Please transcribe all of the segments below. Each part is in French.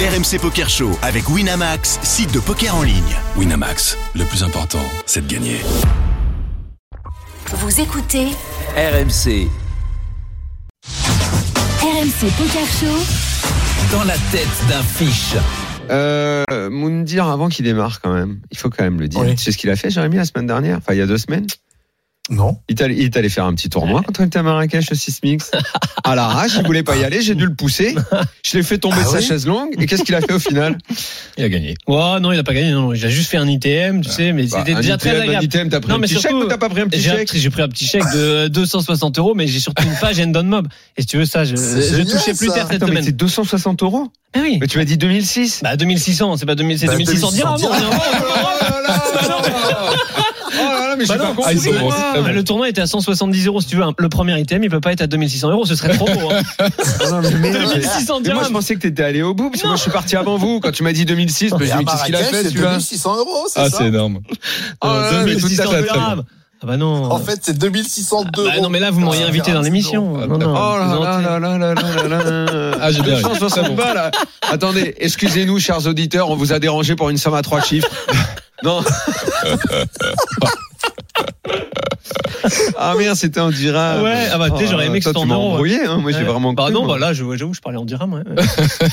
RMC Poker Show avec Winamax, site de poker en ligne. Winamax, le plus important, c'est de gagner. Vous écoutez RMC, RMC Poker Show. dans la tête d'un fiche. Euh, Moundir, avant qu'il démarre quand même, il faut quand même le dire. Oui. Tu sais ce qu'il a fait, Jérémy, la semaine dernière Enfin, il y a deux semaines Non. Il est allé, il est allé faire un petit tournoi quand on était à Marrakech au Sismix. À l'arrache, il voulait pas y aller, j'ai dû le pousser. Je l'ai fait tomber Ah de sa chaise longue. Et qu'est-ce qu'il a fait au final Il a gagné. Oh non, il n'a pas gagné. Non, il a juste fait un ITM, tu sais, mais Bah, c'était un déjà ITM, très un agréable. ITM, t'as pris Non, un mais petit chèque surtout, ou t'as pas pris un petit J'ai chèque j'ai pris un petit chèque de 260 euros, mais j'ai surtout une page Endon Mob. Et si tu veux ça, je, C'est je génial, touchais plus ça. terre cette Attends, mais c'est semaine. 260 euros Ah oui. Mais tu m'as dit 2006 Bah 2600, c'est pas 2000, c'est Bah, 2600 dirhams. 2600 on est en- Oh là là Oh là là, mais j'ai hein. Bah pas non, compris ah, ils sont moi. bons. le tournoi était à 170 euros si tu veux. Le premier item, il peut pas être à 2600 euros, ce serait trop beau. hein. Non, mais merde. 2600 Mais moi, je dirhams. pensais que t'étais allé au bout, parce que moi, je suis parti avant vous. Quand tu m'as dit 2006, bah, Mais je me à dis, qu'est-ce qu'il a Marrakech, fait, c'est celui-là 2600 euros, c'est Ah, ça c'est énorme. Ah, ouais, mais tout à 2600 fait, très dirhams. Ah bah non. En fait, c'est 2600 euros. Bah non, mais là, vous m'auriez invité dans l'émission. Non, non, Oh vous là entendez. là là là là là là là. Ah, j'ai bien ri. 260 C'est bon. balles. Attendez, excusez-nous, chers auditeurs, on vous a dérangé pour une somme à trois chiffres. Non. ah merde, c'était en dirham. Ouais, ah bah, tu sais, j'aurais aimé que toi, ce soit tu m'as en euros, ouais. embrouillé, hein, moi j'ai Ouais. vraiment. Bah cru, non, moi. bah là, je- j'avoue, je parlais en dirham. ouais.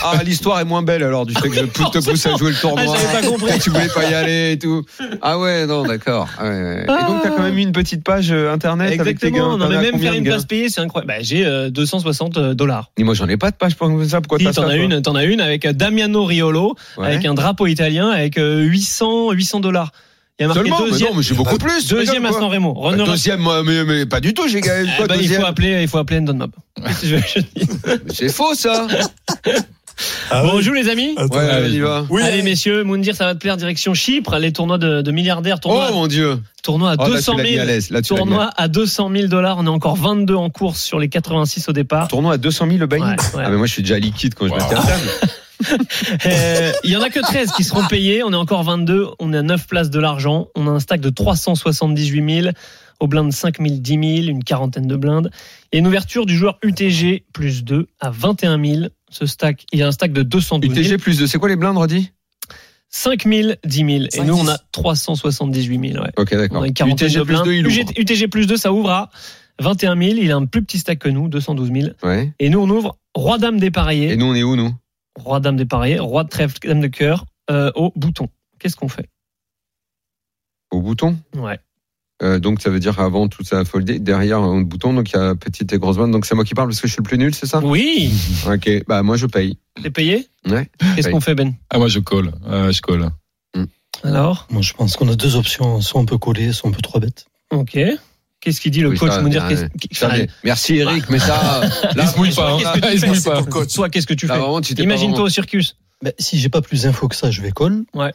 Ah, l'histoire est moins belle alors du fait que je te pousse à jouer le Ah, tournoi. j'avais pas compris. Et tu voulais pas y aller et tout. Ah ouais, non, d'accord. Ouais, ouais. Et donc t'as quand même eu une petite page euh, internet avec tes gains. Exactement. Non, T'en as mais même combien faire de une gains place payée, c'est incroyable. Bah, j'ai euh, 260 dollars. Et moi j'en ai pas de page pour ça. Pourquoi Si, t'as ça T'en as toi une, t'en as une avec euh, Damiano Riolo, Ouais. avec un drapeau italien, avec euh, 800 800 dollars. Il y a marqué Seulement, mais deuxième, non, mais j'ai beaucoup plus. deuxième à Regarde, San quoi. Remo. Bah, Runner-up. Deuxième, moi, mais, mais pas du tout, j'ai gagné. Eh Quoi, ben, il deuxième Ah faut appeler, il faut appeler Endon Mob. Je- je- C'est faux, ça. Bonjour les amis. Ouais, on y va. Oui, Allez messieurs, Moundir, ça va te plaire. Direction Chypre, les tournois de, de milliardaires, Oh tournoi, mon dieu. tournoi à Oh, là, tu 200 l'as mis 000. à l'aise. Là, tu l'as mis à Tournoi à 200 000 dollars. On est encore 22 en course sur les 86 au départ. l'aise. Tournoi à 200 000 le bail. Ouais, ouais. Ah, mais moi, je suis déjà liquide quand je me tiens à table. Euh, Il y en a que 13 qui seront payés. On est encore 22. On est à 9 places de l'argent. On a un stack de 378 000. Au blind 5 000, 10 000, une quarantaine de blindes. Et une ouverture du joueur UTG plus 2 à 21 000. Ce stack, il y a un stack de 212 000. UTG plus 2. C'est quoi les blindes, Roddy 5 000, 10 000. Et 5, nous, on 10. a 378 000. Ouais. Ok, On d'accord. a une quarantaine UTG de plus blindes. 2, il UG- ouvre. UTG plus 2, ça ouvre à 21 000. Il a un plus petit stack que nous, 212 000. Ouais. Et nous, on ouvre Roi-Dame dépareillé. Et nous, on est où, nous roi dame dépareillé, roi de trèfle, dame de cœur, euh, au bouton. Qu'est-ce qu'on fait Au bouton. Ouais. Euh, donc, ça veut dire avant tout ça a foldé. Derrière, au bouton. Donc, il y a petite et grosse bande. Donc, c'est moi qui parle parce que je suis le plus nul, c'est ça Oui, Ok. Bah, moi, je paye. Hein t'es payé Ouais. Qu'est-ce Paye. qu'on fait Ben Ah, moi, je colle. Ah, je colle. Alors, Moi, je pense qu'on a deux options. Soit on peut coller, soit on peut trois bêtes. ok. Qu'est-ce qu'il dit le Oui, coach ça, Mounir ouais. Qu'est-ce- Ça, enfin, mais- Merci, Eric. Mais ça. Il se mouille pas. qu'est-ce hein. que tu Il se fais, mouille c'est pas. ton coach. Soit qu'est-ce que tu Là, fais vraiment, tu t'es Ah, pas Imagine-toi vraiment- au circus. Ben, si j'ai pas plus d'infos que ça, je vais coller. Ouais.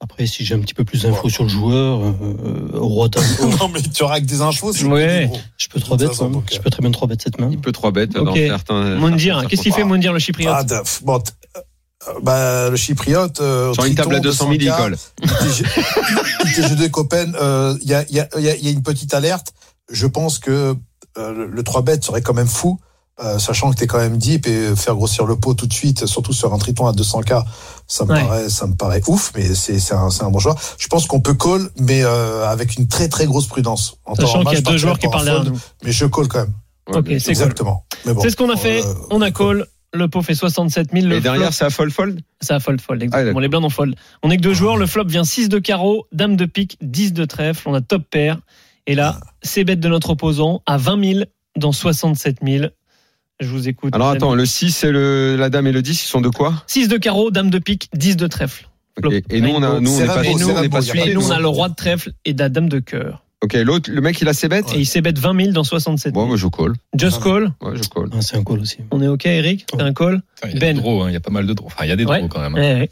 Après, si j'ai un petit peu plus d'infos sur le joueur, euh, euh, roi dame, oh, Non, mais tu auras que des infos. c'est Ouais. que des gros. je peux trois De toute bêtes. façon, hein. donc, Je peux très bien trois bêtes cette main. Il peut trois bêtes dans Ok. certains. Moundir, hein, certains qu'est-ce qu'il fait pas. Moundir le chypriote Ah, daf. Bon, t- euh, bah, le chypriote. euh, Sur une Triton, table à 200 000, il 200K, colle. ITG ITG de Copen, euh, il y, a, il y a- il y a- il y a une petite alerte. Je pense que euh, le- le 3 bet serait quand même fou, euh, sachant que t'es quand même deep et euh, faire grossir le pot tout de suite, surtout sur un triton à 200K, ça me, Ouais. paraît, ça me paraît ouf, mais c'est c'est un, c'est un bon joueur. Je pense qu'on peut call, mais euh, avec une très très grosse prudence. En temps Sachant normal, qu'il y a je partirais deux joueurs qui pour un parlent derrière fold, nous. Mais je call quand même. Ouais, Ok, bien sûr. c'est cool. Exactement. Mais bon, C'est ce qu'on a fait. euh, On a call. Le pot fait 67 000. Le Et derrière, flop, c'est à fold fold ça fold fold. Ah, Exactement. d'accord. les blindes on fold. On est que deux joueurs. Le flop vient 6 de carreau, dame de pique, 10 de trèfle. On a top pair. Et là, Ah. c'est bête de notre opposant à 20 000 dans 67 000. Je vous écoute. Alors les attends, amis. le 6 et le, la dame et le 10, ils sont de quoi 6 de carreau, dame de pique, 10 de trèfle. Ok. Et nous, on a- nous, on C'est n'est pas, Rameau, nous, c'est on n'est pas Rameau, il y a suivis, pas Et de nous. nous, on a raison. le roi de trèfle et de la dame de cœur. Ok, l'autre, le mec, il a ses bêtes Et il s'ébête 20 000 dans 67 Bon, 000. moi, je colle. Just call. Ouais, je colle. Ah, c'est un call aussi. On est OK, Eric T'as un call Oh. Putain, Il y a Ben. des draws, hein. il y a pas mal de draws. Enfin, il y a des draws Ouais. quand même. hein. Ouais, ouais.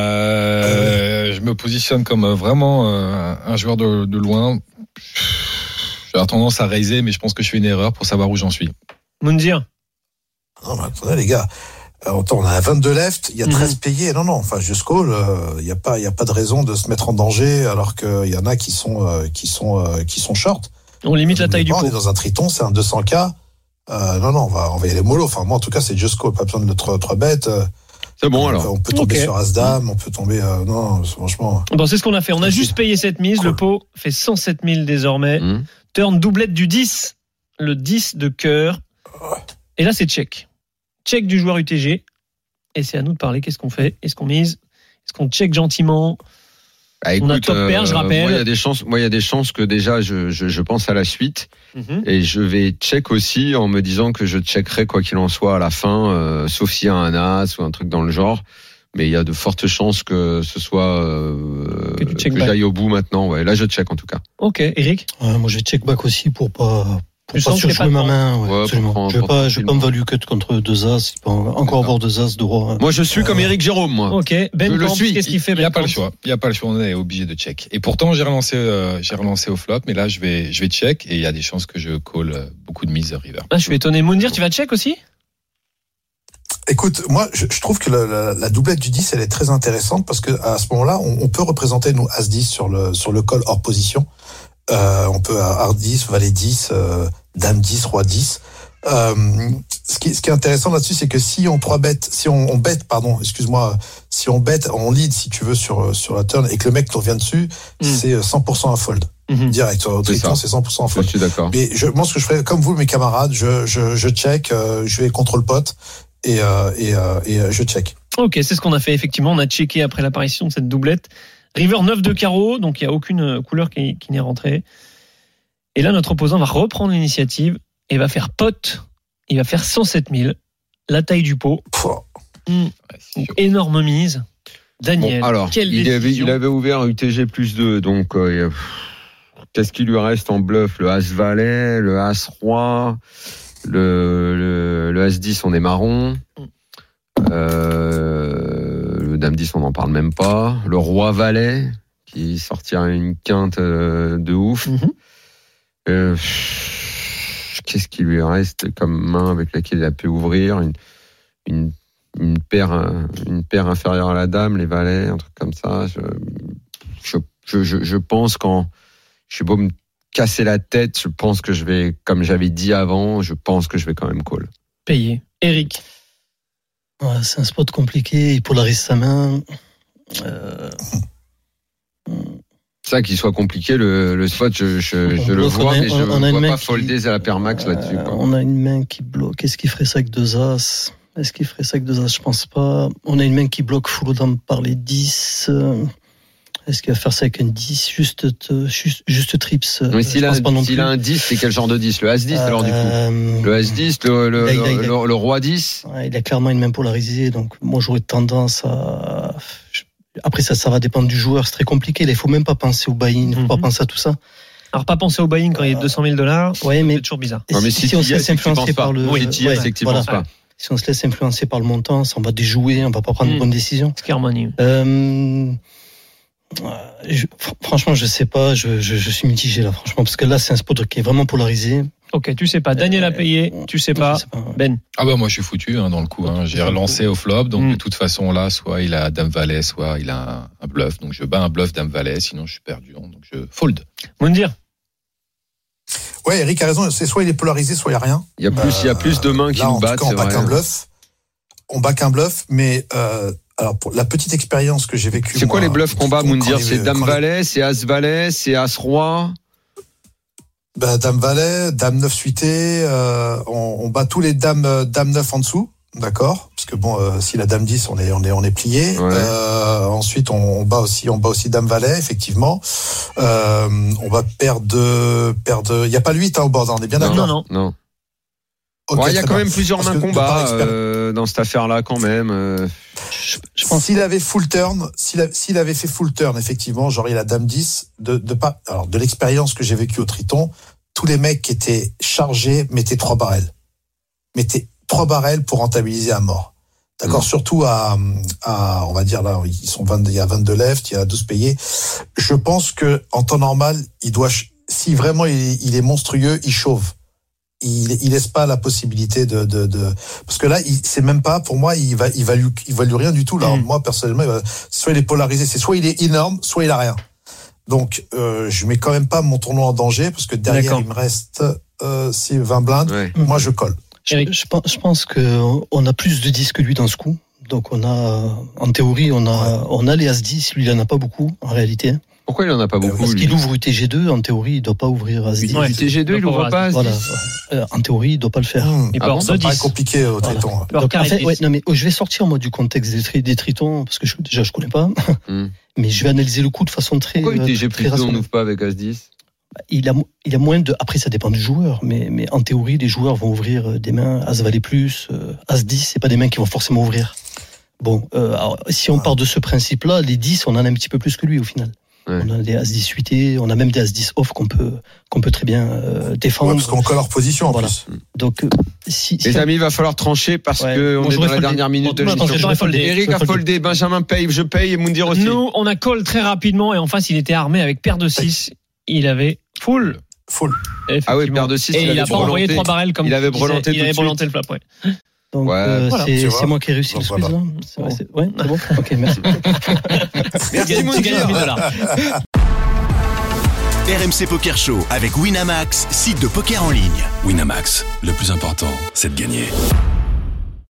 Euh, je me positionne comme euh, vraiment euh, un joueur de, de loin. J'aurais tendance à raiser, mais je pense que je fais une erreur pour savoir où j'en suis. Moundir Non, mais attendez, les gars. Euh, attends, on a 22 left, il y a Mhm. 13 payés. Non, non, enfin, jusqu'au, euh, il n'y a, pas- y a pas de raison de se mettre en danger alors qu'il y en a qui sont, euh, qui sont, euh, qui sont short. On limite la taille du on pot. est dans un triton, c'est un 200K. Euh, non, non, on va, on va y aller mollo. Enfin, moi, en tout cas, c'est jusqu'au, pas besoin de notre 3 bêtes. Euh, C'est bon alors. Enfin, on peut tomber Ok. sur Asdam, on peut tomber. euh, non, c'est- franchement. Bon, c'est ce qu'on a fait. On a juste payé cette mise. Le pot fait 107 000 désormais. Mm. Hmm. Turn doublette du 10. Le 10 de cœur. Et là, c'est check. Check du joueur UTG. Et c'est à nous de parler. Qu'est-ce qu'on fait Est-ce qu'on mise Est-ce qu'on check gentiment Ah, On a top pair, je rappelle. Moi, il y a des chances. Moi, il y a des chances que déjà, je, je, je pense à la suite Mm-hmm. et je vais check aussi en me disant que je checkerai quoi qu'il en soit à la fin, euh, sauf s'il y a un as ou un truc dans le genre. Mais il y a de fortes chances que ce soit euh, Que tu check que back. j'aille au bout maintenant. Ouais, là, je check en tout cas. Ok, Eric. Ouais, Ah, moi, je vais check back aussi pour pas. Pour Tu pas sens qu'il y a surjouer pas ma de main, ouais, Ouais, absolument. pour prendre- je vais pour pas, je vais pas me prendre value cut contre deux as. c'est pas- encore avoir deux as de roi. hein. Moi, je suis comme Eric Jérôme. Moi. Ok. Ben Je le Camp, suis. qu'est-ce qu'il fait Il n'y Ben a pas Ah. le Camp choix. Il n'y a pas le choix. On est obligé de check. Et pourtant, j'ai relancé, euh, j'ai relancé au flop, mais là, je vais, je vais check et il y a des chances que je call euh, beaucoup de mises river. Ah, je suis étonné. Mounir, tu vas check aussi Écoute, moi, je, je trouve que la, la- la doublette du 10, elle est très intéressante parce que à ce moment-là, on, on peut représenter nous As 10 sur le sur le col hors position. Euh, on peut As 10, Valet 10, euh, Dame 10, Roi 10. Euh, ce, qui, ce qui est intéressant là-dessus, c'est que si on trois bêtes, si on, on bête, pardon, excuse-moi, si on bête, on lead si tu veux sur euh, sur la turn et que le mec te revient dessus, Mm. c'est euh, 100% un fold Mm-hmm. direct. Euh, Hmm. C'est ça. autrement, C'est 100% un Je fold. suis d'accord. Mais je, moi, ce que je ferais, comme vous, mes camarades, je, je, je check, euh, je vais contre le pote et, euh, et, euh, et euh, je check. Ok, c'est ce qu'on a fait effectivement. On a checké après l'apparition de cette doublette. River 9 de carreau, donc il n'y a aucune euh, couleur qui, qui n'est rentrée. Et là, notre opposant va reprendre l'initiative et va faire pote. Il va faire 107 000. La taille du pot. Pff, Ouais, c'est Donc, chaud. énorme mise. Daniel, Bon, alors, quelle il avait, décision il avait ouvert UTG plus 2, donc euh, il y a- pff, qu'est-ce qui lui reste en bluff Le As Valet, le As Roi, le, le, le As 10, on est marron. Euh, le Dame 10, on n'en parle même pas. Le Roi Valet, qui sortira une quinte euh, de ouf. Mhm. Euh, pff, qu'est-ce qui lui reste comme main avec laquelle il a pu ouvrir une, une, une paire, euh, une paire inférieure à la dame, les valets, un truc comme ça. Je, je, je- je- je pense quand je suis beau me casser la tête, je pense que je vais, comme j'avais dit avant, je pense que je vais quand même call. payée. Eric, Ouais, c'est un spot compliqué. Il polarise sa main. Euh, Ça, qu'il soit compliqué, le, le spot, je, je, je le On a- vois, mais je on a une ne vois main pas qui- folder à la paire max là-dessus. Euh, quoi. on a une main qui bloque. Est-ce qu'il ferait ça avec deux As Est-ce qu'il ferait ça avec deux As Je pense pas. On a une main qui bloque full dame par les 10. euh, Est-ce qu'il va faire ça avec un 10 Juste, te- juste, juste trips euh, Mais je s'il a, pense pas non s'il plus. a un 10, c'est quel genre de 10 Le As 10 alors du coup Euh, Le As 10, le, le, Il a- il a- il a- le- le Roi 10 ouais, il a clairement une main polarisée. Donc, moi, j'aurais tendance à. je- Après, ça, ça va dépendre du joueur. C'est très compliqué. là. Il faut même pas penser au buy-in. Il faut pas Mhm. penser à tout ça. alors pas penser au buy-in quand il y a 200 000 dollars. Ouais, mais C'est toujours bizarre. Et Ouais, mais si, si si on t'y se es, laisse c'est que tu influencer penses par pas. le, Oui, t'y es, ouais, c'est que tu voilà. penses pas. Si on se laisse influencer par le montant, ça, on va déjouer, on va pas prendre Mm. de bonnes décisions. Scarmani. Euh, ouais, je- fr- franchement, je sais pas, je, je- je suis mitigé là, franchement, parce que là, c'est un spot qui est vraiment polarisé. Ok, tu sais pas. Daniel a payé, tu sais pas. Je sais pas. Ben, Ah bah moi je suis foutu hein, dans le coup. hein. J'ai relancé au flop, donc Mm. de toute façon là, soit il a Dame Valet, soit il a un, un bluff. Donc je bats un bluff Dame Valet, sinon je suis perdu. hein. Donc je fold. Moundir, Ouais, Eric a raison, c'est soit il est polarisé, soit il n'y a rien. Il y a plus, il y a plus de mains qui Là, nous en tout battent. cas, on c'est bat vrai. qu'un bluff. On bat qu'un bluff, mais euh, alors pour la petite expérience que j'ai vécue. C'est quoi moi, les bluffs qu'on bat, quand- quand Moundir il- C'est Dame quand- Valet, c'est As Valet, c'est As Roi. bah, Dame Valet, Dame 9 suité, euh, on, on bat tous les dames, euh, Dame 9 en dessous, d'accord Parce que bon, euh, si la Dame 10, on est, on est, on est plié. Ouais. Euh, ensuite, on, on bat aussi, on bat aussi Dame Valet, effectivement. Euh, on va perdre, perdre. Il n'y a pas le 8 hein, au bord, hein, on est bien Non, d'accord. non, non. Non. Ok, Ouais, il y a très quand bien. même plusieurs Parce mains que de par combats expérience- euh, dans cette affaire-là, quand même. euh. Je, je pense S'il avait full turn, s'il a- s'il avait fait full turn, effectivement, genre il a dame 10, de, de pas, alors de l'expérience que j'ai vécue au Triton, tous les mecs qui étaient chargés mettaient trois barrels. Mettaient trois barrels pour rentabiliser à mort. D'accord, Mm. surtout à, à, on va dire là, ils sont 22, il y a 22 left, il y a 12 payés. Je pense que en temps normal, il doit, ch- si vraiment il, il est monstrueux, il chauffe. Il, il laisse pas la possibilité de, de, de- parce que là, il, c'est même pas pour moi, il va, il va lui, il va lui rien du tout. Là, Mm. moi personnellement, il va- soit il est polarisé, c'est soit il est énorme, soit il a rien. Donc, euh, je mets quand même pas mon tournoi en danger parce que derrière D'accord. Mm. il me reste euh, si 20 blindes. Ouais. Moi, je colle. Je, je pense, je pense que on a plus de 10 que lui dans ce coup. Donc on a, en théorie, on a, on a les As-10, lui il en a pas beaucoup en réalité. Pourquoi il en a pas beaucoup Parce Ah lui qu'il ouvre UTG2, en théorie il doit pas ouvrir As-10. Ouais. UTG2, Il il doit ouvre pas pas. Voilà. Euh, en théorie il doit pas le faire. Hum, Il Ah peut avoir bon, ça deux me paraît 10. compliqué au Voilà. traiton. ouais. Il peut avoir Donc, en carré fait, de ouais, 10. non, mais oh, je vais sortir moi du contexte des, tri- des tritons parce que je- déjà je connais pas, Hum. mais je vais analyser le coup de façon très. Pourquoi euh, UTG très plus 2, on rationnelle. n'ouvre pas avec As-10 il a, mo- il a moins de. Après, ça dépend du joueur, mais, mais en théorie, les joueurs vont ouvrir euh, des mains As valet plus, euh, As 10, c'est pas des mains qui vont forcément ouvrir. Bon, euh, alors, si on Ouais. part de ce principe-là, les 10, on en a un petit peu plus que lui au final. Ouais. On a des As 10 8 on a même des As 10 off qu'on peut, qu'on peut très bien euh, Ouais, défendre. parce qu'on colle leur position en Voilà. plus. Donc, euh, si. si- Les amis, il va falloir trancher parce Ouais. que Bon, on est je dans la refoldais. dernière minute de Bon, attends, l'émission. je refoldais. Eric Je a refoldais. foldé, Benjamin paye, je paye et Moundir aussi. Nous, on a call très rapidement et en face, il était armé avec paire de 6. Il avait full. Full. Ah oui, paire de 6, Et il il a avait pas envoyé brelanté. trois barrels comme Il avait tu disais. brelanté tout Il avait de brelanté le flap, ouais. Donc, Ouais. euh, Voilà. Tu c'est vois. c'est moi qui ai réussi le Donc, quiz, voilà. là C'est vrai, c'est- Ouais, c'est bon Ok, merci. Tu gagnes- tu gagnes 1000 dollars. RMC Poker Show avec Winamax, site de poker en ligne. Winamax, le plus important, c'est de gagner.